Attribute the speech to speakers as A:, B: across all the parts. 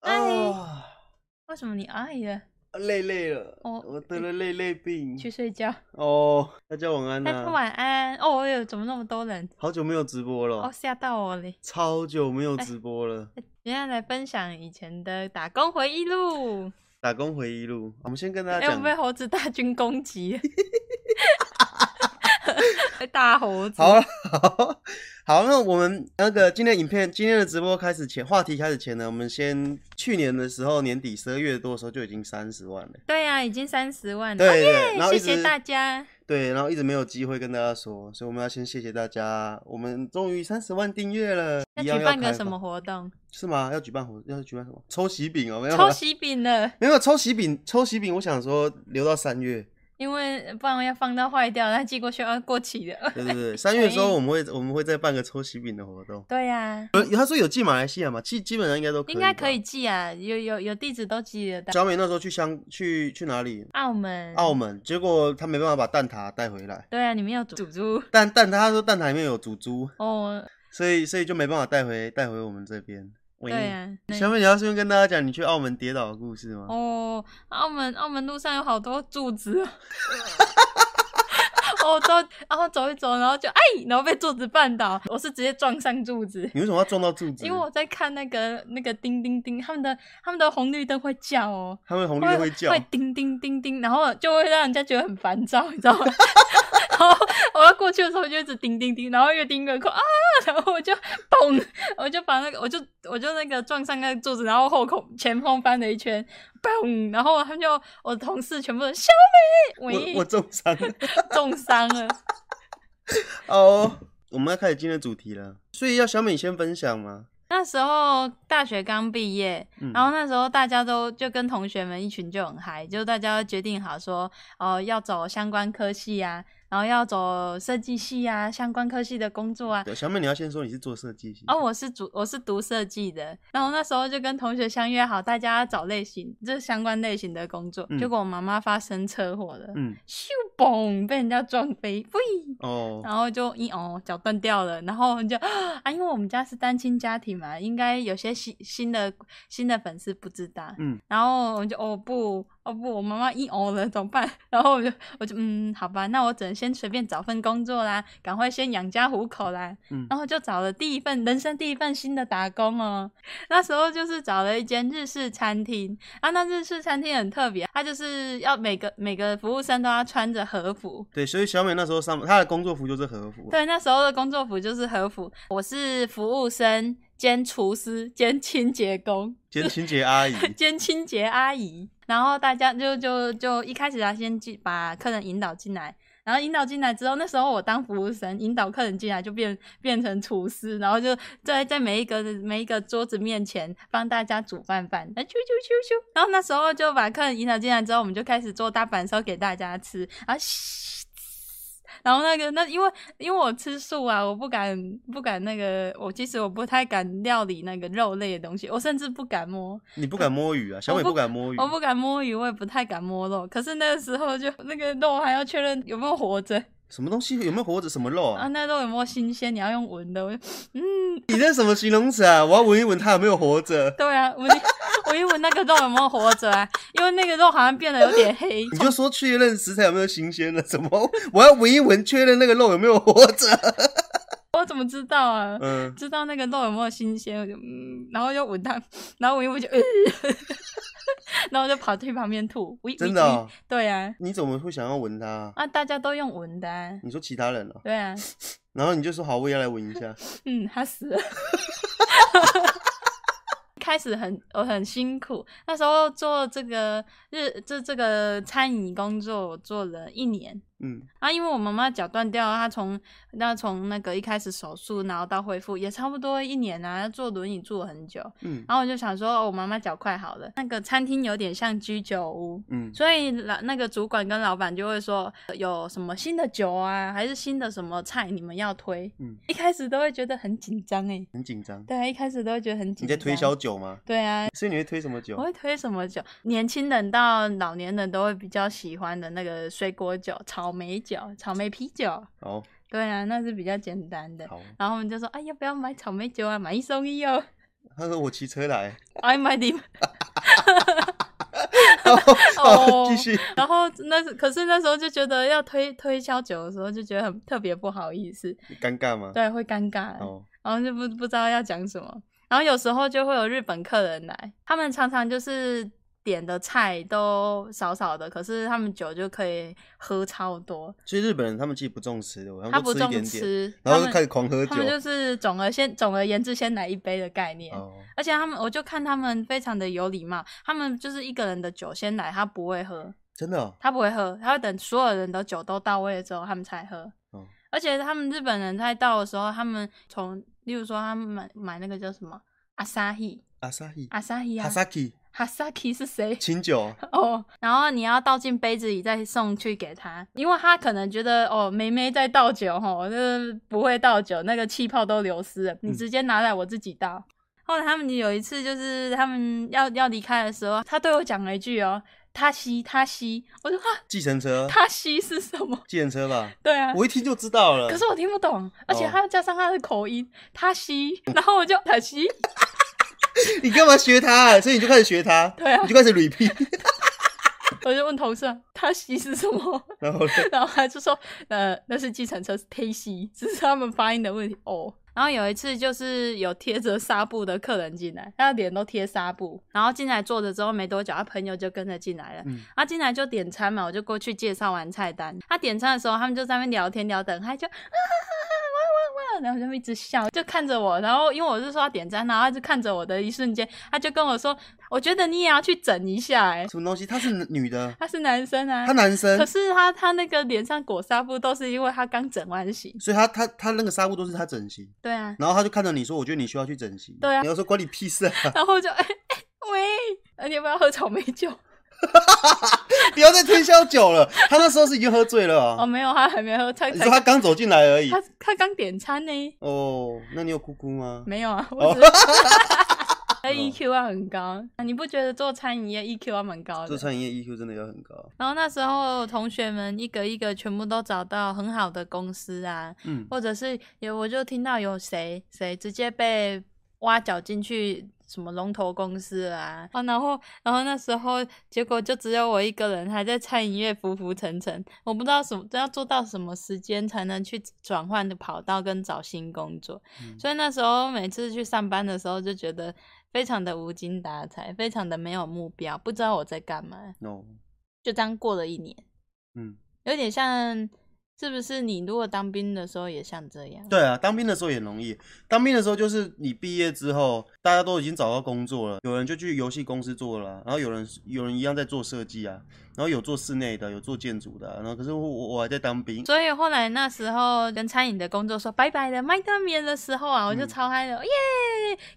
A: 哎为什么你哎呀
B: 啊累累了，
A: 哦
B: 我得了累累病。
A: 去睡觉？
B: 哦，大家晚安
A: 大
B: 呐、
A: 家晚安。哦哟，怎么那么多人？
B: 好久没有直播了，
A: 哦，哎吓到我嘞！
B: 超久没有直播了。
A: 今天来分享以前的打工回忆录。
B: 打工回忆录，我们先跟大
A: 哎、
B: 家
A: 我
B: 讲。
A: 被猴子大军攻击。 大猴子。
B: 好了，啊 好，好，那我们那个今天影片今天的直播开始前，话题开始前呢，我们先去年的时候年底十二月多的时候就已经三十万了，
A: 对呀、啊已经三十万了。
B: 对
A: 哦耶
B: 对然后一
A: 谢
B: 直
A: 谢大家。
B: 对，然后一直没有机会跟大家说，所以我们要先谢谢大家，我们终于三十万订阅了，
A: 要
B: 一样
A: 举办个
B: 开
A: 什
B: 放
A: 么活动？
B: 是吗？要举办活，要举办什么？抽喜饼哦，没有啦
A: 抽喜饼了，
B: 没有抽喜饼，抽喜饼，我想说留到三月，
A: 因为不然要放到坏掉，那寄过去要呃过期的。
B: 对对对，三月的时候
A: 哎
B: 我们会我们会再办个抽喜饼的活动。
A: 对呀、
B: 有他说有寄马来西亚嘛，基基本上应该都可以，
A: 应该可以。寄啊，有有有地址都寄得到。
B: 小美那时候去香去去哪里？
A: 澳门，
B: 澳门，结果她没办法把蛋挞带回来，
A: 对啊，你们有煮猪
B: 但蛋挞她说蛋挞里面有猪猪，
A: 哦，
B: 所以所以就没办法带回带回我们这边。喂
A: 对啊，那
B: 小美，你要顺便跟大家讲你去澳门跌倒的故事吗？
A: 哦，澳门澳门路上有好多柱子哦， 哦，走，然后走一走，然后就哎，然后被柱子绊倒，我是直接撞上柱子，
B: 你为什么要撞到柱子？
A: 因为我在看那个那个叮叮叮，他们的他们的红绿灯会叫哦，
B: 他们红绿灯会叫，
A: 叮叮叮叮，然后就会让人家觉得很烦躁，你知道吗？ 然后我要过去的时候就一直叮叮叮，然后越叮越快啊，然后我就嘣，我就把那个我就我就那个撞上那个柱子，然后后空前空翻了一圈，嘣，然后他们就我的同事全部都小美，
B: 我
A: 喂
B: 我重伤了。
A: 重伤了，
B: 哦，我们要开始今天的主题了，所以要小美先分享吗？
A: 那时候大学刚毕业，
B: 嗯
A: 然后那时候大家都就跟同学们一群就很嗨，就大家决定好说，哦、要走相关科系啊，然后要走设计系啊，相关科系的工作啊。
B: 对，小美你要先说你是做设计系
A: 哦，我是主，我是读设计的，然后那时候就跟同学相约好，大家要找类型，就是相关类型的工作。
B: 嗯
A: 结果我妈妈发生车祸了，
B: 嗯，
A: 咻嘣被人家撞飞，喂，
B: 哦，
A: 然后就一哦脚断掉了，然后就 啊，因为我们家是单亲家庭嘛，应该有些新新的新的粉丝不知道，
B: 嗯，
A: 然后我就哦不哦不，我妈妈一哦了怎么办？ 然后我就我就嗯好吧，那我只能先随便找份工作啦，赶快先养家糊口啦，
B: 嗯
A: 然后就找了第一份人生第一份新的打工哦，那时候就是找了一间日式餐厅，啊，那日式餐厅很特别，它就是要每个每个服务生都要穿着和服，
B: 对，所以小美那时候上她的工作服就是和服，
A: 对，那时候的工作服就是和服，我是服务生兼厨师兼清洁工
B: 兼清洁阿 姨，
A: 兼清洁阿姨。然后大家就就就一开始要先进把客人引导进来，然后引导进来之后，那时候我当服务生，引导客人进来就变变成厨师，然后就在在每一个每一个桌子面前帮大家煮饭饭，哎咻咻咻咻，然后那时候就把客人引导进来之后，我们就开始做大板烧给大家吃，啊然后嘘。然后那个那因为因为我吃素啊，我不敢不敢那个，我其实我不太敢料理那个肉类的东西，我甚至不敢摸。
B: 你不敢摸鱼啊？小美
A: 我不
B: 不敢摸鱼，
A: 我不敢摸鱼，我也不太敢摸肉。可是那个时候就那个肉还要确认有没有活着
B: 什么东西有没有活着？什么肉
A: 啊，
B: 啊？
A: 那肉有没有新鲜，你要用闻的。我就嗯，
B: 你这什么形容词啊？我要闻一闻它有没有活着。
A: 对啊，我一我一闻那个肉有没有活着啊，因为那个肉好像变得有点黑。
B: 你就说确认食材有没有新鲜的，怎么？我要闻一闻，确认那个肉有没有活 着。
A: 我怎么知道啊？
B: 嗯，
A: 知道那个肉有没有新鲜，我就嗯，然后就闻它，然后闻一闻就，呃、 然后就跑去旁边吐。喂
B: 真的、？
A: 喂
B: 哦
A: 喂？对啊，
B: 你怎么会想要闻它啊？
A: 啊，大家都用闻的、啊。
B: 你说其他人哦，
A: 对啊，
B: 然后你就说好，我也要来闻一下。
A: 嗯，他死了。 开始很我很辛苦，那时候做这个日这这个餐饮工作，我做了一年
B: 嗯，
A: 啊，因为我妈妈脚断掉，她从那从那个一开始手术，然后到恢复也差不多一年啊，坐轮椅坐很久，
B: 嗯
A: 然后我就想说，哦、我妈妈脚快好了，那个餐厅有点像居酒屋，
B: 嗯，
A: 所以老那个主管跟老板就会说呃有什么新的酒啊，还是新的什么菜你们要推，
B: 嗯
A: 一开始都会觉得很紧张哎，
B: 很紧张。
A: 对啊，一开始都会觉得很紧
B: 你
A: 张。
B: 在推销？酒吗？
A: 对啊，
B: 所以你会推什么酒
A: 我？会推什么酒？年轻人到老年人都会比较喜欢的那个水果酒、草莓酒、草莓啤酒，
B: 好，
A: 对啊，那是比较简单的。
B: 好。
A: 然后我们就说，哎，要不要买草莓酒啊？买一送一哦，
B: 他说我骑车来，
A: 哎，买你。哦
B: 好， 继续。
A: 然后那可是那时候就觉得要推推敲酒的时候，就觉得很特别不好意思，
B: 尴尬吗？
A: 对，会尴尬，
B: 哦，
A: 然后就不不知道要讲什么。然后有时候就会有日本客人来，他们常常就是点的菜都少少的，可是他们酒就可以喝超多。
B: 所以日本人他们其实不重吃的，他
A: 他
B: 们
A: 不
B: 就吃一
A: 重
B: 点点，
A: 吃，
B: 然后
A: 他
B: 就
A: 们
B: 开始狂喝酒
A: 他。们就是总而先总而言之，先来一杯的概念。
B: 哦，
A: 而且他们，我就看他们非常的有礼貌，他们就是一个人的酒先来，他不会喝，
B: 真的哦，
A: 他不会喝，他会等所有人的酒都到位了之后，他们才喝。
B: 哦
A: 而且他们日本人在到的时候，他们从例如说他们买买那个叫什么阿萨希，
B: 阿萨希，
A: 阿萨希啊
B: 哈，萨奇，
A: 阿萨希是谁？
B: 清酒，
A: 哦，然后你要倒进杯子里再送去给他，因为他可能觉得哦，梅梅在倒酒吼，就是不会倒酒，那个气泡都流失了，你
B: 嗯
A: 直接拿来我自己倒。后来他们有一次就是他们要要离开的时候，他对我讲了一句哦，他吸他吸，我说啊，
B: 计程车，
A: 他吸是什么？
B: 计程车吧，
A: 对啊。
B: 我一听就知道了。
A: 可是我听不懂，而且
B: 哦嗯
A: 他又加上他的口音，他吸，然后我就他吸，
B: 你干嘛学他、啊？所以你就开始学他，
A: 对啊
B: 你就开始 repeat，
A: 我就问同事啊他吸是什么，
B: 然后呢？
A: 然后他就说，呃，那是计程车是 taxi，只是他们发音的问题哦。然后有一次就是有贴着纱布的客人进来，他的脸都贴纱布，然后进来坐着之后没多久，他朋友就跟着进来了。
B: 嗯
A: 他进来就点餐嘛，我就过去介绍完菜单。他点餐的时候，他们就在那边聊天聊等，他就啊哇哇哇，然后就一直笑，就看着我。然后因为我是说他点餐，然后他就看着我的一瞬间，他就跟我说：“我觉得你也要去整一下、欸。”哎，
B: 什么东西？他是女的，
A: 他是男生啊，
B: 他男生
A: 可，是他他那个脸上裹纱布都是因为他刚整完型。
B: 所以他他他那个纱布都是他整形，
A: 对啊，
B: 然后他就看着你说，我觉得你需要去整形。
A: 对啊
B: 你要说关你屁事啊！
A: 然后我就哎、哎喂，呃你要不要喝草莓酒？
B: 不要再推销酒了，他那时候是已经喝醉了
A: 哦，
B: 啊。
A: 没有，他还没喝，他
B: 你
A: 才
B: 说他刚走进来而已。
A: 他他刚点餐呢。
B: 哦，那你有哭哭吗？
A: 没有啊， 我
B: 哦
A: 只是。他 EQ 啊很高，你不觉得做餐饮业 EQ 啊蛮高
B: 做
A: 的？
B: 餐饮业 EQ 真的要很高。
A: 然后那时候同学们一个一个全部都找到很好的公司啊，
B: 嗯，
A: 或者是有我就听到有谁谁直接被挖角进去什么龙头公司啊，啊，然后然后那时候结果就只有我一个人还在餐饮业浮浮沉沉，我不知道什么要做到什么时间才能去转换的跑道跟找新工作，
B: 嗯
A: 所以那时候每次去上班的时候就觉得非常的无精打采，非常的没有目标，不知道我在干嘛，
B: 哦，
A: 就这样过了一年，
B: 嗯，
A: 有点像。是不是你如果当兵的时候也像这样？
B: 对啊，当兵的时候也容易。当兵的时候就是你毕业之后，大家都已经找到工作了，有人就去游戏公司做了啊，然后有人有人一样在做设计啊，然后有做室内的，有做建筑的啊、然后可是我我我还在当兵，
A: 所以后来那时候跟餐饮的工作说拜拜了，麦当棉的时候啊，我就
B: 嗯
A: 超嗨的，耶！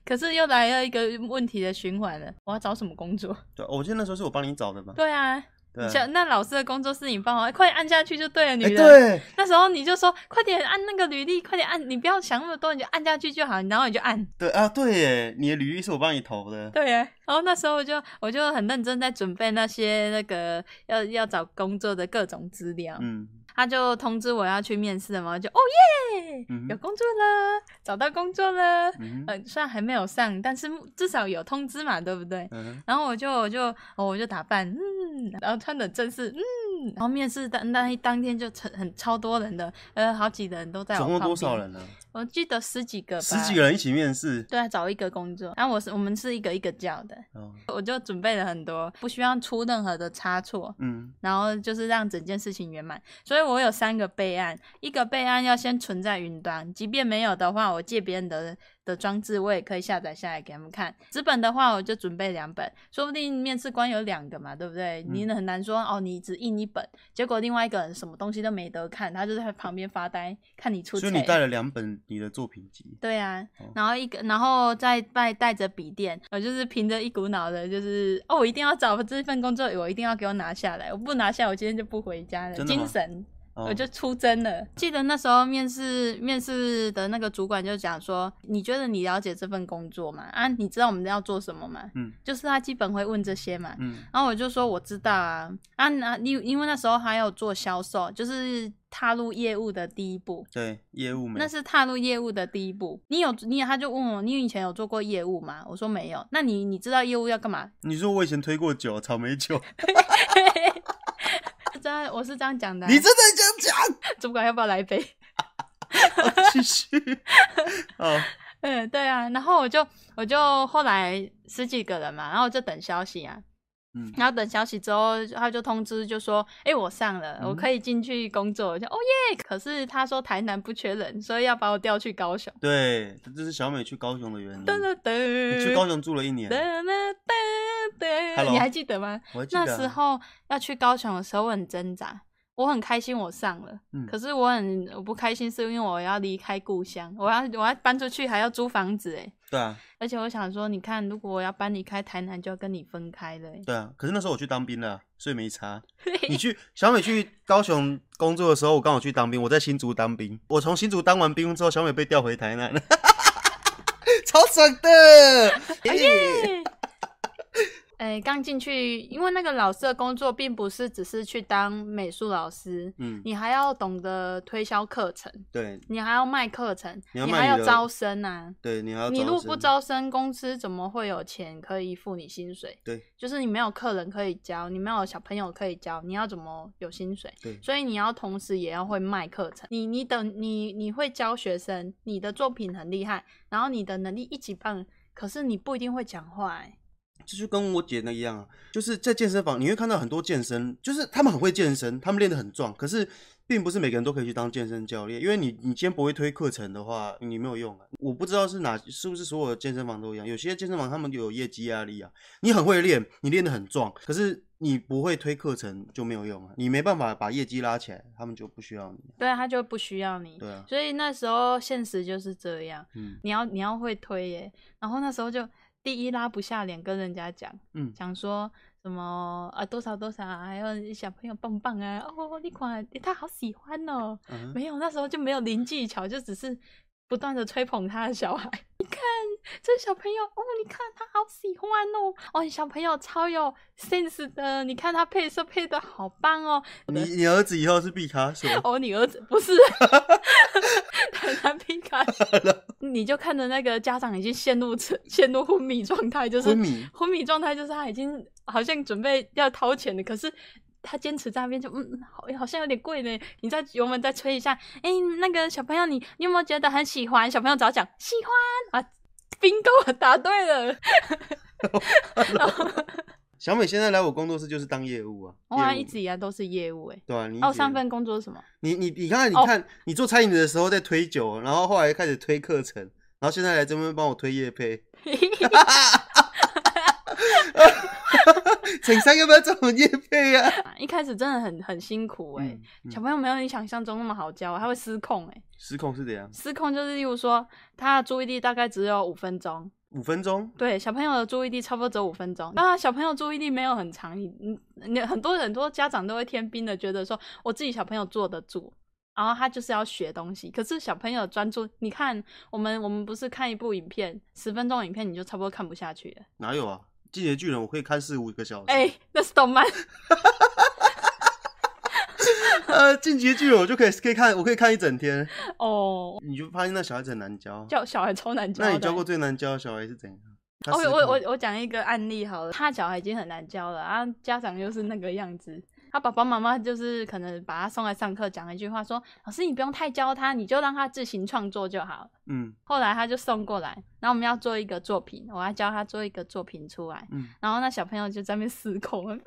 A: 可是又来了一个问题的循环了，我要找什么工作？
B: 对，啊我记得那时候是我帮你找的嘛。
A: 对啊，
B: 对啊，
A: 像那老师的工作是你帮我，哎快按下去就对了，女
B: 哎、
A: 人。
B: 对，
A: 那时候你就说快点按那个履历，快点按，你不要想那么多，你就按下去就好，然后你就按。
B: 对啊，对耶，你的履历是我帮你投的。
A: 对耶，然后那时候我就我就很认真在准备那些那个要要找工作的各种资料，
B: 嗯，
A: 他就通知我要去面试了嘛，我就哦耶，
B: 嗯哼
A: 有工作了，找到工作了。
B: 嗯哼
A: 呃，虽然还没有上，但是至少有通知嘛，对不对？
B: 嗯
A: 然后我就我就、哦、我就打扮，嗯，然后穿的正式，嗯，然后面试当当当天就成很超多人的，呃，好几个人都在
B: 哼，
A: 我
B: 总共
A: 旁
B: 多少
A: 边？
B: 人呢、
A: 我记得十几个吧，
B: 十几个人一起面试。
A: 对啊，找一个工作。然后我是我们是一个一个叫的，
B: 哦，
A: 我就准备了很多，不希望出任何的差错。
B: 嗯，
A: 然后就是让整件事情圆满。所以我有三个备案，一个备案要先存在云端，即便没有的话，我借别人的的装置，我也可以下载下来给他们看。纸本的话，我就准备两本，说不定面试官有两个嘛，对不对？你
B: 嗯
A: 很难说哦，你只印一本，结果另外一个人什么东西都没得看，他就在旁边发呆，看你出
B: 所
A: 错
B: 以。你带了两本你的作品集。
A: 对啊
B: 哦，
A: 然后一个，然后再带带着笔电，我就是凭着一股脑的，就是哦，我一定要找这份工作，我一定要给我拿下来，我不拿下，我今天就不回家了，
B: 真的吗
A: 精神。
B: 哦
A: 我就出征了。记得那时候面试面试的那个主管就讲说：“你觉得你了解这份工作吗？啊，你知道我们要做什么吗？”
B: 嗯，
A: 就是他基本会问这些嘛。
B: 嗯
A: 然后我就说我知道啊，啊，那因因为那时候还有做销售，就是踏入业务的第一步，
B: 对，业务没
A: 那是踏入业务的第一步。你有你他就问我，你以前有做过业务吗？我说没有。那你你知道业务要干嘛？
B: 你说我以前推过酒，草莓酒，
A: 这样我是这样讲的啊、
B: 你真的想
A: 主管要不要来一杯？
B: 讲？ 继续。哦，
A: 嗯，对啊，然后我就我就后来十几个人嘛，然后我就等消息啊，
B: 嗯
A: 然后等消息之后，他就通知就说，哎、我上了，我
B: 嗯
A: 可以进去工作，我就哦耶！可是他说台南不缺人，所以要把我调去高雄，
B: 对，这是小美去高雄的原因。
A: 噔噔噔，
B: 你去高雄住了一年
A: 噔，噔噔噔，
B: Hello
A: 你还记得吗？
B: 我还记得
A: 那
B: 啊
A: 时候要去高雄的时候，我很挣扎，我很开心我上了，
B: 嗯
A: 可是我很我不开心，是因为我要离开故乡，我要我要搬出去，还要租房子，哎。
B: 对啊，
A: 而且我想说，你看，如果我要搬离开台南，就要跟你分开了欸。
B: 对啊。可是那时候我去当兵了，所以没 差。你去小美去高雄工作的时候，我刚好去当兵，我在新竹当兵。我从新竹当完兵之后，小美被调回台南， 超爽的。耶
A: 哎，刚进去，因为那个老师的工作并不是只是去当美术老师，
B: 嗯，
A: 你还要懂得推销课程，
B: 对
A: 你还要卖课程，
B: 你要卖
A: 还
B: 你
A: 要
B: 的
A: 招生啊。
B: 对，你还要
A: 你如
B: 招
A: 果
B: 生
A: 不，招生，公司怎么会有钱可以付你薪水？
B: 对，
A: 就是你没有客人可以教，你没有小朋友可以教，你要怎么有薪水？
B: 对
A: 所以你要同时也要会卖课程。你你等你你会教学生，你的作品很厉害，然后你的能力一级棒，可是你不一定会讲话、欸。
B: 这就跟我姐那一样啊，就是在健身房你会看到很多健身，就是他们很会健身，他们练得很壮，可是并不是每个人都可以去当健身教练，因为你你今天不会推课程的话，你没有用啊。我不知道是哪是不是所有的健身房都一样，有些健身房他们有业绩压力啊，你很会练，你练得很壮，可是你不会推课程就没有用啊，你没办法把业绩拉起来，他们就不需要你。
A: 对啊，他就不需要你。
B: 对啊，
A: 所以那时候现实就是这样，
B: 嗯
A: 你要你要会推耶、然后那时候就第一拉不下脸跟人家讲，
B: 嗯，
A: 讲说什么啊多少多少啊，还有小朋友棒棒啊，哦你款他好喜欢哦，
B: 嗯
A: 没有那时候就没有零技巧，就只是不断的吹捧他的小孩。 你看这小朋友哦，你看他好喜欢哦，哦小朋友超有 sense 的，你看他配色配的好棒哦，
B: 你你儿子以后是毕卡索，
A: 哦，你儿子不是台南皮卡丘，你就看着那个家长已经陷入沉陷入昏迷状态，就是
B: 昏迷
A: 昏迷状态，就是他已经好像准备要掏钱了，可是。他坚持在那边就嗯，好好像有点贵呢。你再油门再吹一下，哎、那个小朋友你，你有没有觉得很喜欢？小朋友早讲喜欢啊，bingo 答对了，
B: 小美现在来我工作室就是当业务啊，
A: 哇，
B: 业务
A: 一直以来都是业务哎。
B: 对啊，你一
A: 哦，
B: 直
A: 上份工作是什么？
B: 你你你看，你
A: 哦
B: 看、你做餐饮的时候在推酒，然后后来开始推课程，然后现在来这边帮我推夜配，请三要不要这种夜配啊？
A: 啊一开始真的很很辛苦哎、
B: 嗯嗯
A: 小朋友没有你想象中那么好教，他会失控哎、
B: 失控是怎样？
A: 失控就是例如说，他的注意力大概只有五分钟，
B: 五分钟？
A: 对，小朋友的注意力差不多只有五分钟。那小朋友注意力没有很长，你你你很多很多家长都会天兵的觉得说，我自己小朋友坐得住。然后他就是要学东西，可是小朋友专注，你看我们我们不是看一部影片，十分钟的影片你就差不多看不下去 了。
B: 哪有啊？进阶巨人我可以看四五个小时。
A: 哎、那是动漫，
B: 呃，进阶巨人我就可以可以看，我可以看一整天。
A: 哦，
B: 你就发现那小孩子很难教。
A: 教小孩超难教的。
B: 那你教过最难教的小孩是怎样？他
A: 哦，
B: 失
A: 我
B: 控
A: 我我讲一个案例好了，他小孩已经很难教了，然后家长又是那个样子，他爸爸妈妈就是可能把他送来上课，讲了一句话说：“老师，你不用太教他，你就让他自行创作就好了。
B: 嗯”
A: 后来他就送过来，然后我们要做一个作品，我要教他做一个作品出来，
B: 嗯，
A: 然后那小朋友就在那边失控，我不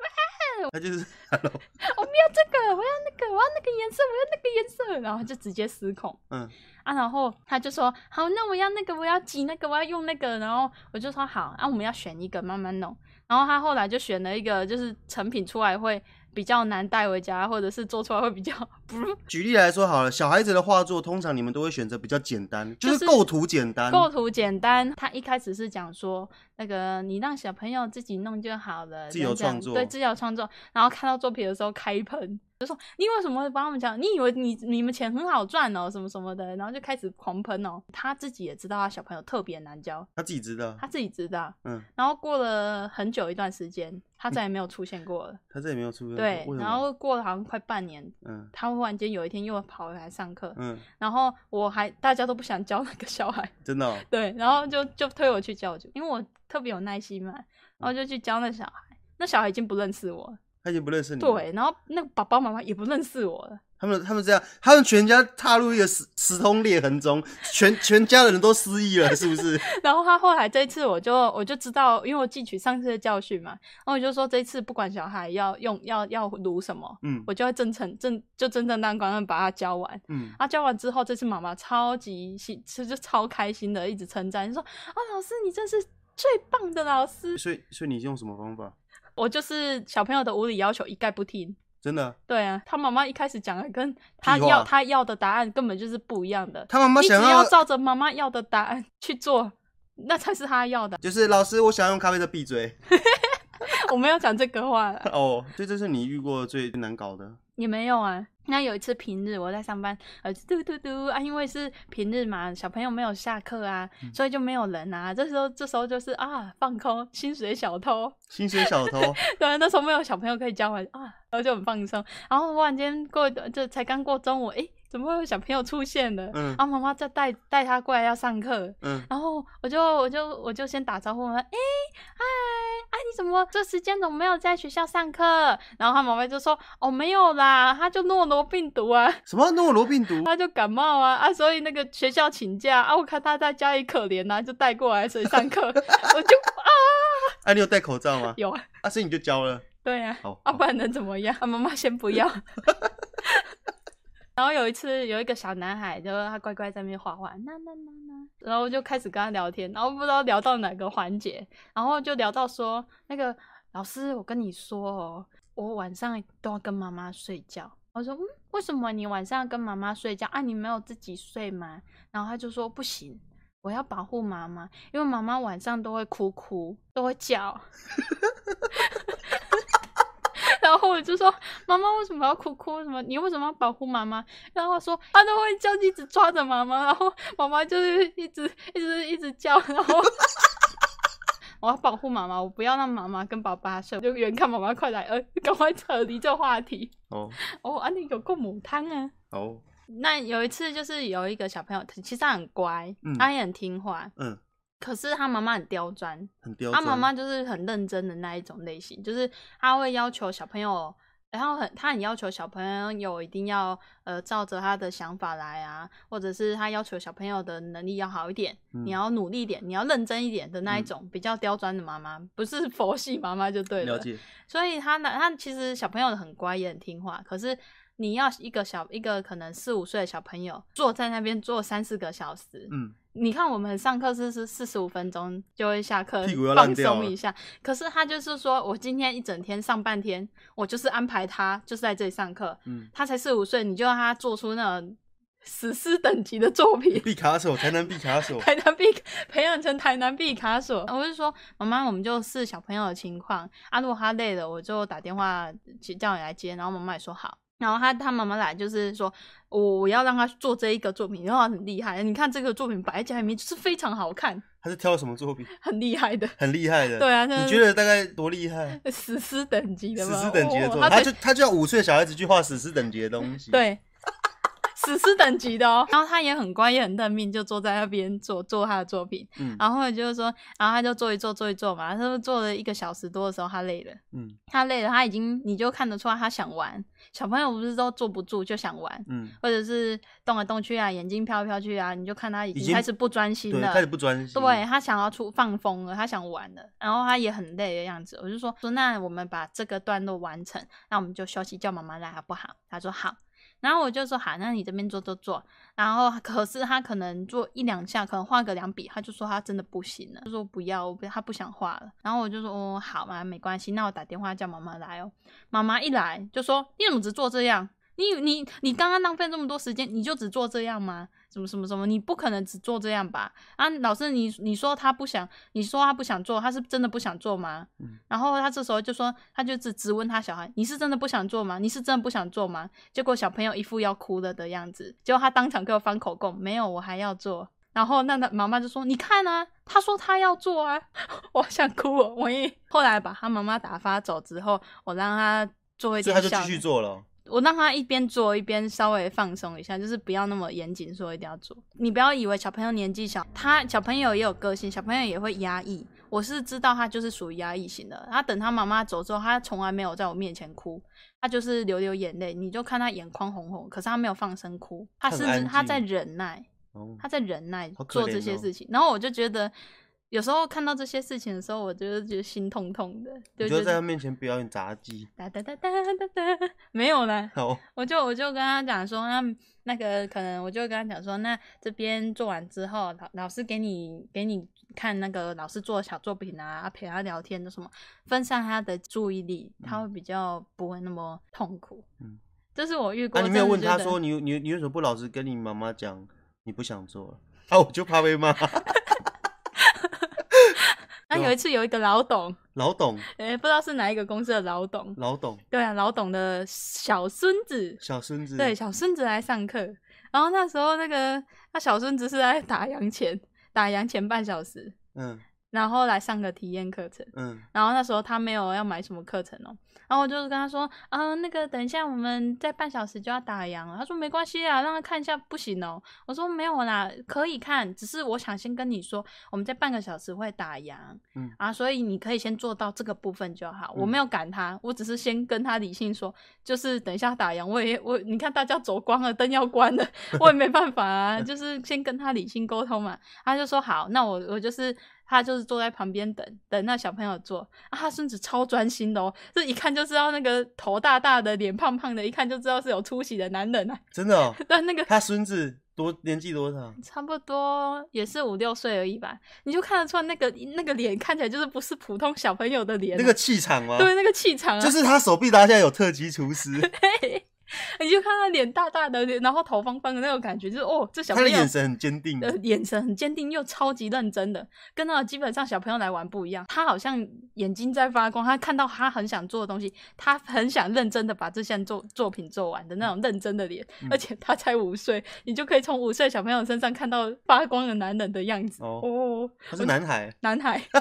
B: 他就是 hello，
A: 要哦这个，我要那个，我要那个颜色，我要那个颜色，然后就直接失控。
B: 嗯
A: 啊，然后他就说好，那我要那个，我要挤那个，我要用那个，然后我就说好，啊，我们要选一个慢慢弄。然后他后来就选了一个，就是成品出来会比较难带回家，或者是做出来会比较不
B: 举例来说好了，小孩子的画作通常你们都会选择比较简单，就
A: 就是
B: 是构图简单，
A: 构图简单。他一开始是讲说那个你让小朋友自己弄就好了，
B: 自由
A: 这样
B: 创作
A: 对自由创作。然后看到作品的时候开喷，就说你为什么会帮他们讲？你以为你你们钱很好赚哦，什么什么的，然后就开始狂喷哦。他自己也知道他小朋友特别难教，
B: 他自己知道，
A: 他自己知道。
B: 嗯，
A: 然后过了很久一段时间，他再也没有出现 过了。
B: 他这里没有出现过，
A: 对
B: 为什，么
A: 然后过了好像快半年，
B: 嗯
A: 他忽然间有一天又跑回来上课，
B: 嗯，
A: 然后我还大家都不想教那个小孩，
B: 真的哦、
A: 对，然后就就推我去教我就，因为我特别有耐心嘛，然后就去教那小孩。那小孩已经不认识我了，
B: 他已经不认识你了，
A: 对，然后那个爸爸妈妈也不认识我了，
B: 他们他们这样，他们全家踏入一个时时空裂痕中，全全家的人都失忆了，是不是？
A: 然后他后来这一次，我就我就知道，因为我汲取上次的教训嘛，然后我就说这一次不管小孩要用要要读什么，
B: 嗯
A: 我就会正成正就正正当当的把它教完。
B: 嗯，
A: 啊，教完之后，这次妈妈超级喜，就就超开心的，一直称赞，就说啊，老师你真是最棒的老师。
B: 所以所以你用什么方法？
A: 我就是小朋友的无理要求一概不听。
B: 真的，
A: 对啊，他妈妈一开始讲的跟他
B: 屁话
A: 要他要的答案根本就是不一样的。
B: 他妈妈
A: 你只
B: 想
A: 要照着妈妈要的答案去做，那才是他要的。
B: 就是老师，我想要用咖啡的闭嘴。
A: 我没有讲这个 话啦，
B: 哦，所以这是你遇过最难搞的。
A: 也没有啊。那有一次平日我在上班，呃，嘟嘟嘟啊，因为是平日嘛，小朋友没有下课啊，
B: 嗯
A: 所以就没有人啊。这时候，这时候就是啊，放空，薪水小偷。
B: 薪水小偷，
A: 对，啊那时候没有小朋友可以教我啊，然后就很放松。然后忽然间过，就才刚过中午，诶，怎么会有小朋友出现了？
B: 嗯
A: 啊，妈妈就带带他过来要上课，
B: 嗯，
A: 然后我就我就我就先打招呼，我说：“哎、嗨，啊，你怎么这时间怎么没有在学校上课？”然后他妈妈就说：“哦，没有啦，他就诺罗病毒啊，
B: 什么诺罗病毒？
A: 他就感冒啊，啊，所以那个学校请假啊，我看他在家里可怜啊，就带过来，所以上课 我就啊
B: 啊，你有戴口罩吗？
A: 有啊，
B: 啊，所以你就教了。
A: 对啊，
B: 好，
A: 啊，
B: 好
A: 不然能怎么样？ 啊，妈妈先不要。”然后有一次，有一个小男孩，就是他乖乖在那边画画，那那那那，然后就开始跟他聊天，然后不知道聊到哪个环节，然后就聊到说，那个老师，我跟你说哦，我晚上都要跟妈妈睡觉。我说，嗯，为什么你晚上要跟妈妈睡觉啊？你没有自己睡吗？然后他就说不行，我要保护妈妈，因为妈妈晚上都会哭哭，都会叫。然后我就说：“妈妈为什么要哭哭？什么你为什么要保护妈妈？”然后他说：“他都会叫，一直抓着妈妈，然后妈妈就是一直一直一直叫，然后 我要保护妈妈，我不要让妈妈跟爸爸睡，我就远看妈妈快来，呃，赶快扯离这话题。
B: 哦
A: 哦，啊，你有够母汤啊！
B: 哦，
A: 那有一次就是有一个小朋友，其实他很乖，
B: 嗯
A: 他也很听话，
B: 嗯，
A: 可是他妈妈很刁钻，
B: 很刁
A: 他
B: 钻。
A: 啊妈妈就是很认真的那一种类型，就是他会要求小朋友，然后很他很要求小朋友一定要呃照着他的想法来啊，或者是他要求小朋友的能力要好一点，
B: 嗯
A: 你要努力一点，你要认真一点的那一种、比较刁钻的妈妈，不是佛系妈妈就对
B: 了
A: 了。
B: 解，
A: 所以他呢，他其实小朋友很乖，也很听话，可是。你要一个小一个可能四五岁的小朋友坐在那边坐三四个小时，
B: 嗯，
A: 你看我们上课是是四十五分钟就会下课，
B: 屁股要烂
A: 放
B: 掉
A: 松
B: 了
A: 一下。可是他就是说我今天一整天上半天，我就是安排他就是在这里上课。
B: 嗯，
A: 他才四五岁，你就让他做出那种史诗等级的作品，
B: 毕卡索，台南毕卡索，
A: 台南毕培养成台南毕卡索。我就说，妈妈，我们就视小朋友的情况啊，如果他累了，我就打电话叫你来接。然后妈妈也说好。然后他他妈妈来就是说，我我要让他做这一个作品，然后他很厉害。你看这个作品摆在家里面就是非常好看，
B: 他是挑了什么作品？
A: 很厉害的。
B: 很厉害的。
A: 对啊，那
B: 你觉得大概多厉 害？
A: 史诗等级的
B: 史
A: 吗？
B: 诗等级的
A: 哦
B: 作品，
A: 他
B: 他
A: 才
B: 就他就要五岁的小孩子去画史诗等级的东西。，
A: 对， 史诗等级的哦。然后他也很乖，也很认命，就坐在那边做做他的作品。
B: 嗯
A: 然后后来就是说，然后他就做一做做一做嘛，他就做了一个小时多的时候，他累了，
B: 嗯
A: 他累了，他已经你就看得出来他想玩。小朋友不是都坐不住就想玩，
B: 嗯，
A: 或者是动来动去啊，眼睛飘来飘去啊，你就看他已
B: 已
A: 经
B: 经
A: 开始不专心
B: 对，
A: 了，
B: 开始不专心。
A: 对，他想要出放风了，他想玩了，然后他也很累的样子。我就说说，那我们把这个段落完成，那我们就休息，叫妈妈来好不好？他说好。然后我就说好，那你这边做做做。然后可是他可能做一两下，可能画个两笔，他就说他真的不行了，就说不要，我不他不想画了。然后我就说哦好嘛，没关系，那我打电话叫妈妈来哦。妈妈一来就说你怎么只做这样？你你你刚刚浪费这么多时间，你就只做这样吗？什么什么什么？你不可能只做这样吧？啊，老师，你你说他不想，你说他不想做，他是真的不想做吗？
B: 嗯
A: 然后他这时候就说，他就只只问他小孩，你是真的不想做吗？你是真的不想做吗？结果小朋友一副要哭了的样子，结果他当场给我翻口供，没有，我还要做。然后那那妈妈就说：“你看啊，他说他要做啊， 我想哭哦。”我一后来把他妈妈打发走之后，我让他做一
B: 所以
A: 点
B: 他就
A: 小
B: 继续做了哦。
A: 我让他一边做一边稍微放松一下，就是不要那么严谨，说一定要做。你不要以为小朋友年纪小，他小朋友也有个性，小朋友也会压抑。我是知道他就是属于压抑型的。他等他妈妈走之后，他从来没有在我面前哭，他就是流流眼泪，你就看他眼眶红红，可是他没有放声哭，他
B: 很
A: 甚至
B: 安
A: 他在
B: 静
A: 忍耐。
B: 哦
A: 他在忍耐
B: 好可
A: 做这
B: 怜
A: 些
B: 哦
A: 事情，然后我就觉得有时候看到这些事情的时候，我就是觉得心痛痛的，
B: 你
A: 就
B: 就
A: 觉
B: 在他
A: 得
B: 面前表演杂技，
A: 哒哒哒哒哒哒，没有啦，
B: 好，啊
A: 我就我就跟他讲说，那那个可能我就跟他讲说，那这边做完之后，老老师给你给你看那个老师做的小作品啊，啊陪他聊天的什么，分散他的注意力，他会比较不会那么痛苦。
B: 嗯，
A: 这是我遇过。
B: 啊，你没有问他说
A: 你
B: 你你你为什么不老实跟你妈妈讲你不想做了？啊，我就怕被骂。
A: 那有一次有一个老董，
B: 老董，
A: 诶、不知道是哪一个公司的老董，
B: 老董，
A: 对啊，老董的小孙子，
B: 小孙子，
A: 对，小孙子来上课。然后那时候那个他小孙子是在打烊前，打烊前半小时，
B: 嗯
A: 然后来上个体验课程。
B: 嗯，
A: 然后那时候他没有要买什么课程哦、然后我就是跟他说，啊，那个等一下我们在半小时就要打烊了。他说没关系啊，让他看一下不行哦、我说没有啦，可以看，只是我想先跟你说，我们在半个小时会打烊，
B: 嗯
A: 啊，所以你可以先做到这个部分就好。
B: 嗯
A: 我没有赶他，我只是先跟他理性说，就是等一下打烊，我也我你看大家走光了，灯要关了，我也没办 法啊，就是先跟他理性沟通嘛。他就说好，那我我就是他就是坐在旁边等等那小朋友做啊，他孙子超专心的哦，这一看就知道那个头大大的、脸胖胖的，一看就知道是有出息的男人啊。
B: 真的哦，
A: 但那个
B: 他孙子多年纪多少？
A: 差不多也是五六岁而已吧，你就看得出来那个那个脸看起来就是不是普通小朋友的脸啊、
B: 那个气场吗？
A: 对那个气场啊，
B: 就是他手臂打起来有特级厨师，
A: 你就看他脸大大的，然后头方方的那种感觉，就是哦， 这小
B: 他的
A: 朋友
B: 眼神很坚定。啊
A: 呃，眼神很坚定又超级认真的，跟那个基本上小朋友来玩不一样。他好像眼睛在发光，他看到他很想做的东西，他很想认真的把这项作作品做完的那种认真的脸。
B: 嗯
A: 而且他才五岁，你就可以从五岁小朋友身上看到发光的男人的样子。
B: 哦
A: 哦，
B: 他是男孩
A: 男 孩。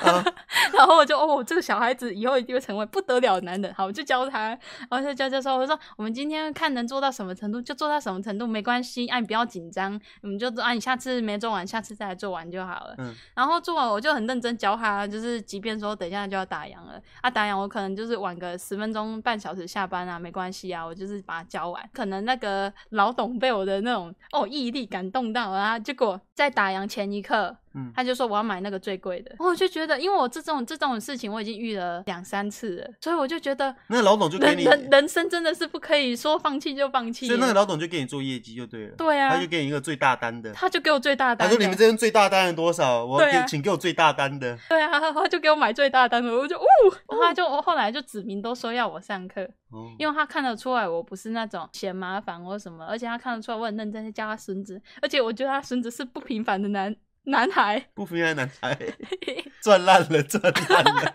B: 啊，
A: 然后我就哦，这个小孩子以后一定会成为不得了的男人。好，我就教他，然后就教教说，我说我们今天看能做到什么程度就做到什么程度，没关系，哎，你不要紧张，我们就啊，你下次没做完，下次再来做完就好了。
B: 嗯
A: 然后做完我就很认真教他，就是即便说等一下就要打烊了，啊打烊我可能就是晚个十分钟半小时下班啊，没关系啊，我就是把它教完。可能那个老董被我的那种哦毅力感动到啊，结果在打烊前一刻，
B: 嗯，
A: 他就说我要买那个最贵的，然后我就觉得，因为我这种这种事情我已经遇了两三次了，所以我就觉得
B: 那老董就给
A: 人
B: 你，
A: 人
B: 所
A: 人生真的是不可以说放弃就放弃耶，
B: 以那个老董就给你做业绩就对了，
A: 对啊
B: 他就给你一个最大单的，
A: 他就给我最大的
B: 他
A: 单
B: 说
A: 的，
B: 你们这边最大单的多少？我
A: 对
B: 给
A: 啊
B: 请给我最大单的，
A: 对啊， 他就给我买最大的单的，我就哦，然后他就我后来就指明都说要我上课，
B: 哦，
A: 因为他看得出来我不是那种嫌麻烦或什么，而且他看得出来我很认真在教他孙子，而且我觉得他孙子是不平凡的男 男孩，
B: 不服原来男孩赚烂了，赚烂了，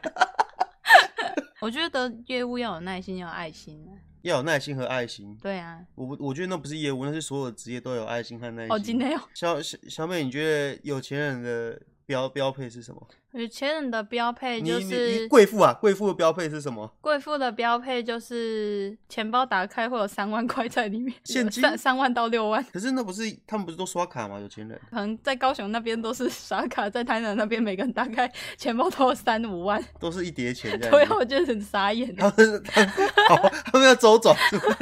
A: 我觉得业务要有耐心，要有爱心啊，
B: 要有耐心和爱心。
A: 对啊，
B: 我不我觉得那不是业务，那是所有职业都有爱心和耐心。
A: 哦，今天有。
B: 小小小美，你觉得有钱人的标标配是什么？
A: 有钱人的标配
B: 你
A: 就
B: 你你
A: 是
B: 贵妇啊，贵妇的标配是什么？
A: 贵妇的标配就是钱包打开会有三万块在里面，
B: 现金
A: 三三万到六万，
B: 可是那不是他们不是都刷卡吗？有钱人
A: 可能在高雄那边都是刷卡，在台南那边每个人大概钱包都有三五万，
B: 都是一叠钱这
A: 对
B: 样
A: 啊，
B: 子。
A: 我觉得很傻眼。
B: 他们是他们好，他们要周转是不是？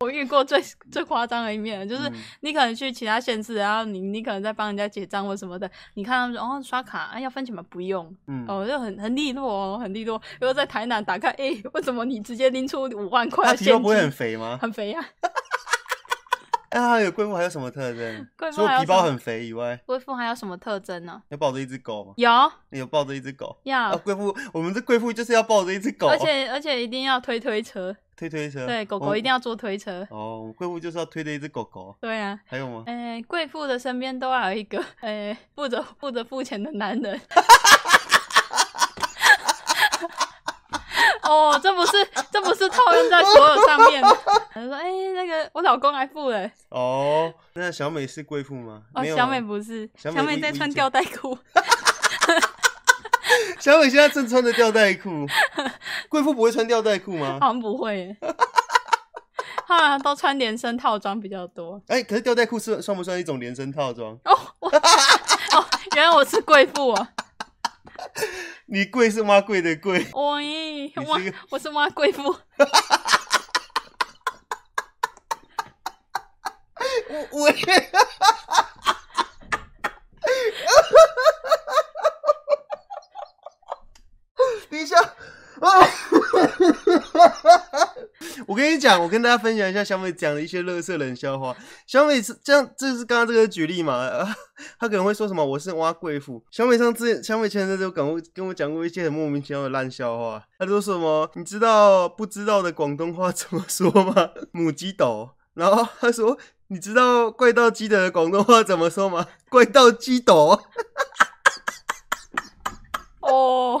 A: 我遇过最最夸张的一面了，就是
B: 嗯
A: 你可能去其他县市，然后你你可能在帮人家结账或什么的，你看他们说哦刷卡啊要分钱吗？不用，
B: 嗯，
A: 哦就很很利落哦，很利落。如果在台南打开，哎、 为什么你直接拎出五万块
B: 他
A: 的
B: 皮
A: 现
B: 肉
A: 金？啊
B: 不会很肥吗？
A: 很肥呀、
B: 啊，有贵妇还有什么特征？
A: 贵妇
B: 除
A: 还
B: 了
A: 有
B: 皮
A: 什
B: 包
A: 么
B: 很肥以外，
A: 贵妇还有什么特征呢？
B: 要抱着一只狗吗？
A: 有
B: 你有抱着一只狗啊？
A: 要，
B: 贵妇，我们这贵妇就是要抱着一只狗，嗯
A: 而且而且一定要推推车，
B: 推推车。
A: 对，狗
B: 我
A: 狗
B: 们
A: 一定要坐推车。
B: 哦，我们贵妇就是要推着一只狗狗。
A: 对啊，
B: 还有吗？
A: 哎、贵妇的身边都要有一个哎负责负责付钱的男人。 哦，这不是这不是套用在所有上面的。 他就说：“哎、那个我老公还付了、
B: 哦，那小美是贵妇吗？
A: 哦，
B: 没有啊
A: 小
B: 吗
A: 美不是，
B: 小
A: 小
B: 美不
A: 在
B: 不啊
A: 穿
B: 一定
A: 吊带裤。
B: 小美现在正穿着吊带 裤，贵妇不会穿吊带裤吗？
A: 好像不会耶， 他好像都穿连身套装比较多。
B: 哎、可是吊带裤是算不算一种连身套装？
A: 哦，原来我是贵妇哦，
B: 你贵是妈贵的贵，
A: 我哦咦
B: 你是
A: 哇
B: 一个，
A: 我是哇 贵妇，
B: 我我等一下。啊我跟你讲，我跟大家分享一下小美讲的一些乐色冷笑话。小美是这样，这是刚刚这个举例嘛？ 呃她可能会说什么“我是挖贵妇”。小美上次，小美前阵子有跟我跟我讲过一些很莫名其妙的烂笑话。她说什么“你知道不知道”的广东话怎么说吗？母鸡斗。然后她说“你知道怪盗基德的广东话怎么说吗？ 怪盗基斗。
A: 哦，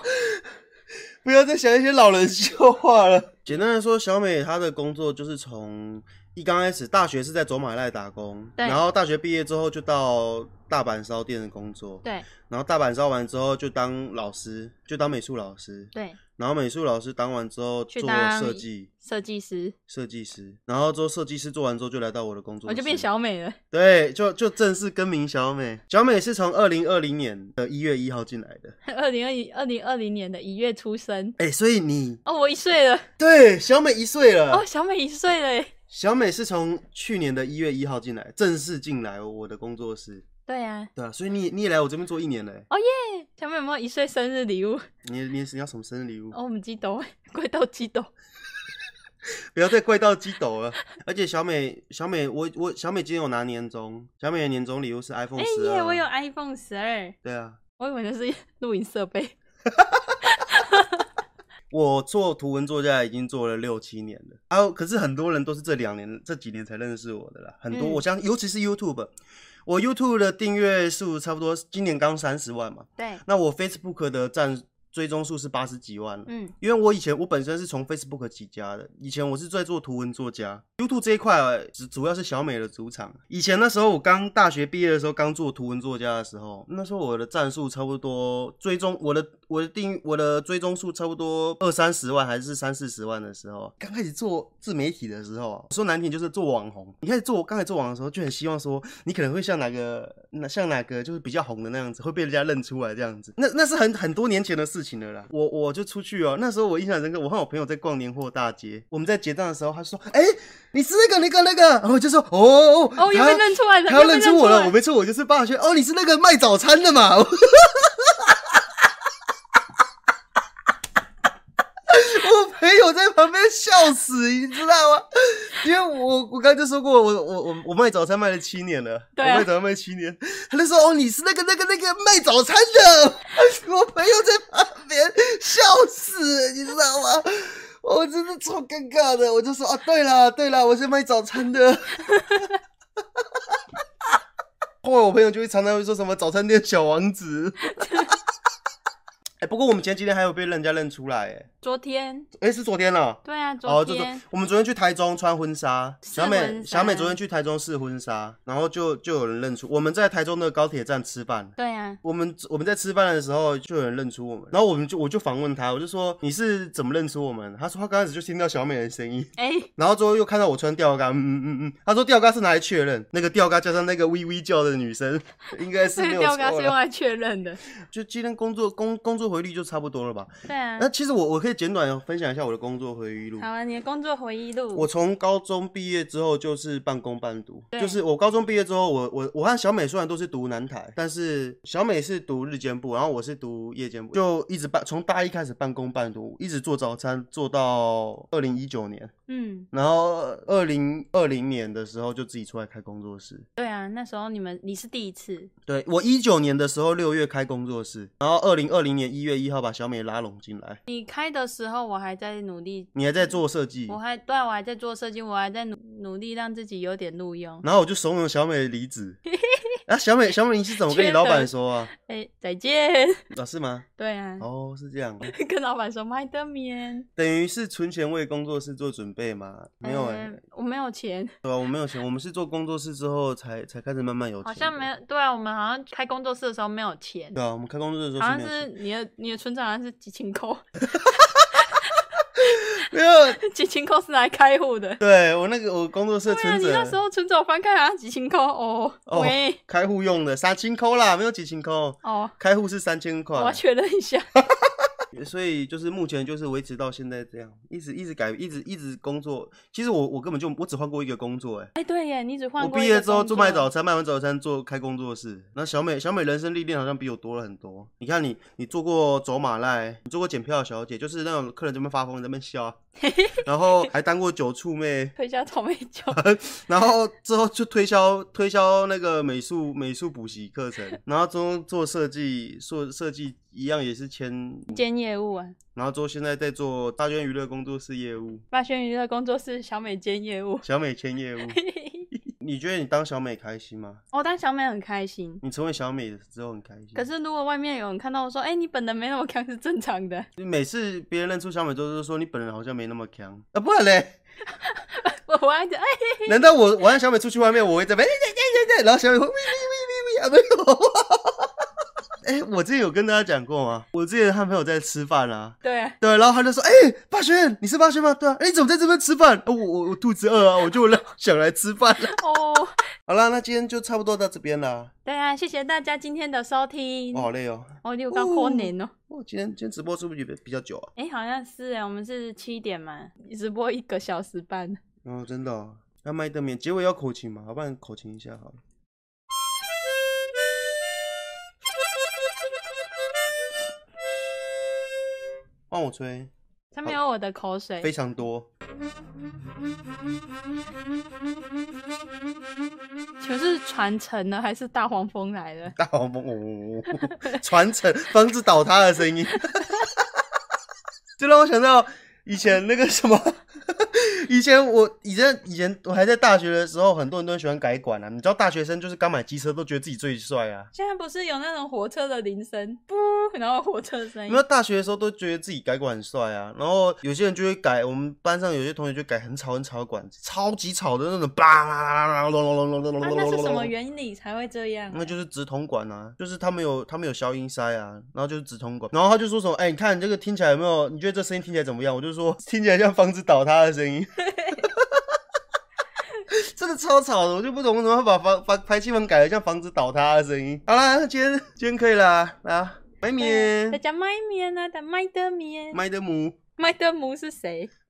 B: 不要再想一些老人笑话了。简单的说，小美她的工作就是从一刚开始，大学是在走马赖打工，
A: 对
B: 然后大学毕业之后就到大阪烧店的工作，
A: 对
B: 然后大阪烧完之后就当老师，就当美术老师，
A: 对，
B: 然后美术老师当完之后
A: 去
B: 做
A: 当
B: 设计。
A: 设计师，
B: 设计师，然后做设计师做完之后就来到我的工作室，
A: 我哦就变小美了。
B: 对，就就正式更名小美。小美是从二零二零年的一月一号进来的，
A: 二零二一二零二零年的一月出生，
B: 哎、所以你
A: 哦，我一岁了，
B: 对啊小美一岁了
A: 哦，小美一岁了耶，
B: 小美是从去年的一月一号进来，正式进来我的工作室。
A: 对啊，
B: 对啊，所以你你也来我这边做一年了欸。
A: 哦耶，小美有没有一岁生日礼物？
B: 你你你要什么生日礼物？
A: 哦，我们激 动，怪到激动，
B: 不要再怪到鸡斗了。而且小美小美，我我小美今天有拿年终，小美的年终礼物是 iPhone
A: 哎
B: 十
A: 耶，
B: 二。
A: 我有。iPhone 十二，
B: 对啊，
A: 我以为那是录影设备，
B: 我做图文作家已经做了六七年了啊，可是很多人都是这两年这几年才认识我的啦。很多、
A: 嗯
B: 我相信，尤其是 YouTube，我 YouTube 的订阅数差不多今年刚三十万嘛，
A: 对，
B: 那我 Facebook 的占追踪数是八十几万了。
A: 嗯
B: 因为我以前我本身是从 Facebook 起家的，以前我是在做图文作家，YouTube 这一块啊主主要是小美的主场。以前那时候我刚大学毕业的时候，刚做图文作家的时候，那时候我的战术差不多追踪我的我的订我的追踪数差不多二三十万还是三四十万的时候，刚开始做自媒体的时候啊，说难听就是做网红。你开始做刚开始做网红的时候，就很希望说你可能会像哪个那像哪个就是比较红的那样子，会被人家认出来这样子。那那是很很多年前的事情了啦。我我就出去哦，那时候我印象深刻，我和我朋友在逛年货大街，我们在结账的时候，他说：“哎、你是那个那个那个。”然后我就说：“哦哦哦，
A: 哦，又
B: 他
A: 被认出来了，
B: 他要
A: 又被
B: 认
A: 认
B: 出我
A: 来
B: 了，我没错，我就是霸轩。哦，你是那个卖早餐的嘛？我 我朋友在旁边笑死，你知道吗？因为我我刚才就说过，我我我我卖早餐卖了七年了，
A: 对啊
B: 我卖早餐卖七年，他就说哦，你是那个那个那个卖早餐的， 我朋友在旁边笑死，你知道吗？我真的超尴尬的，我就说啊，对啦对啦，我是卖早餐的。 后来我朋友就会常常会说什么早餐店小王子。 哎、不过我们前几天还有被人家认出来、哎，
A: 昨天，
B: 哎、是昨天了。
A: 对啊，
B: 哦，这
A: 昨天
B: 种，我们昨天去台中穿婚纱，
A: 试
B: 小美
A: 婚纱
B: 小美昨天去台中试婚纱，然后就就有人认出我们在台中的高铁站吃饭，
A: 对啊，
B: 我们我们在吃饭的时候就有人认出我们，然后我们就我就访问他，我就说你是怎么认出我们？他说他刚开始就听到小美的声音，
A: 哎、
B: 然后之后又看到我穿吊嘎，嗯嗯嗯嗯，他说吊嘎是拿来确认，那个吊嘎加上那个微微叫的女生，应该是
A: 这
B: 没
A: 个
B: 有错
A: 吊嘎是用
B: 啦。
A: 来确认的，
B: 就今天工作工工作回忆就差不多了吧？
A: 对啊
B: 那，其实我我可以简短分享一下我的工作回忆录。
A: 好啊，你的工作回忆录，
B: 我从高中毕业之后就是半工半读，
A: 对
B: 就是我高中毕业之后，我我我和小美虽然都是读南台，但是小美是读日间部，然后我是读夜间部，就一直半从大一开始半工半读，一直做早餐做到二零一九年，
A: 嗯，
B: 然后二零二零年的时候就自己出来开工作室。
A: 对啊，那时候你们你是第一次，
B: 对我一九年的时候六月开工作室，然后二零二零年一月一号把小美拉拢进来。
A: 你开的时候我还在努力，
B: 你还在做设计，
A: 我还对啊我还在做设计，我还在努努力让自己有点录用。
B: 然后我就怂恿小美离 职。啊，小美，小美，你是怎么跟你老板说啊？
A: 哎、再见。
B: 啊，是吗？
A: 对啊，
B: 哦，是这样，
A: 跟老板说麦德棉，
B: 等于是存钱为工作室做准备嘛？没有哎、
A: 呃我没有钱，
B: 对啊吧、我没有钱，我们是做工作室之后才才开始慢慢有钱的。
A: 好像没有。对啊，我们好像开工作室的时候没有钱，
B: 对啊，我们开工作室的时
A: 好
B: 候是
A: 像
B: 没有
A: 是
B: 钱，
A: 你的你的存款好像是几千扣，
B: 没有。
A: 几千扣是来开户的。
B: 对我那个我工作室的
A: 对啊，
B: 存
A: 你
B: 折、
A: 那时候存折我翻开好像几千扣哦，
B: 哦
A: 喂
B: 开户用的三千扣啦，没有几千扣，
A: 哦，
B: 开户是三千
A: 我要
B: 块，
A: 确认一下。
B: 所以就是目前就是维持到现在这样，一直一直改，一直一直工作。其实我我根本就我只换过一个工作、欸，
A: 哎，对耶，你只换
B: 我
A: 过
B: 毕
A: 一个
B: 业之后
A: 工
B: 做卖
A: 作
B: 早餐，卖完早餐做开工作室。那小美，小美人生历练好像比我多了很多。你看你，你做过走马赖，你做过检票小姐，就是那种客人这边发疯，你在那边 笑，然后还当过酒醋妹，
A: 推销草莓 酒，
B: 然后之后就推销推销那个美术美术补习课程，然后之后做设计，做设计一样也是签，
A: 兼业务啊，
B: 然后之后现在在做大圈娱乐工作室业务，
A: 霸轩娱乐工作室小美兼业务。
B: 小美签 业务。你觉得你当小美开心吗？
A: 我当哦小美很开心，
B: 你成为小美之后很开心吗？
A: 可是如果外面有人看到我说，哎，你本人没那么强是正常的，
B: 每次别人认出小美都是说你本人好像没那么强啊，不然嘞？
A: 我我还哎，
B: 难道我我让小美出去外面，我会在边然后小美会喂喂喂喂喂啊没有？哎、 我之前有跟大家讲过吗？我之前和朋友在吃饭啊，
A: 对啊，
B: 对，然后他就说：“哎、霸轩，你是霸轩吗？对啊，哎、你怎么在这边吃饭？哦我我我肚子饿啊，我就想来吃饭了。
A: 哦，
B: 好啦，那今天就差不多到这边啦。
A: 对啊，谢谢大家今天的收听。
B: 我、好累哦，
A: 哦，六刚过年哦，
B: 哦，今天今天直播是不是比比较久啊？
A: 哎，好像是哎，我们是七点嘛，直播一个小时半。
B: 哦，真的、哦，那麦德免结尾要口琴嘛，好不然口琴一下好了。换我吹，
A: 上面有我的口水，
B: 非常多。
A: 球是传承了还是大黄蜂来了？
B: 大黄蜂哦，传承房子倒塌的声音，就让我想到以前那个什么，以前我以前以前我还在大学的时候，很多人都很喜欢改管啊。你知道大学生就是刚买机车都觉得自己最帅啊。
A: 现在不是有那种火车的铃声，不，然后火车的声
B: 你
A: 音
B: 们，大学的时候都觉得自己改管很帅啊，然后有些人就会改，我们班上有些同学就改很吵很吵的管子，超级吵的那种，叭啦啦啦啦，隆隆隆隆隆隆
A: 啊，
B: 隆
A: 那是
B: 隆
A: 什么
B: 隆。
A: 原理才会这样啊？
B: 那就是直筒管啊，就是他们有他们有消音塞啊，然后就是直筒管，然后他就说什么，哎、你看你这个听起来有没有？你觉得这声音听起来怎么样？我就说听起来像房子倒塌的声音， 真的超吵的，我就不懂为什么要把房房排气门改的像房子倒塌的声音。好啦，那今天今天可以啦，啊，拜
A: 对啊大
B: 面
A: 家麦面啊，的麦德面，
B: 麦德姆。
A: 麦德姆是谁？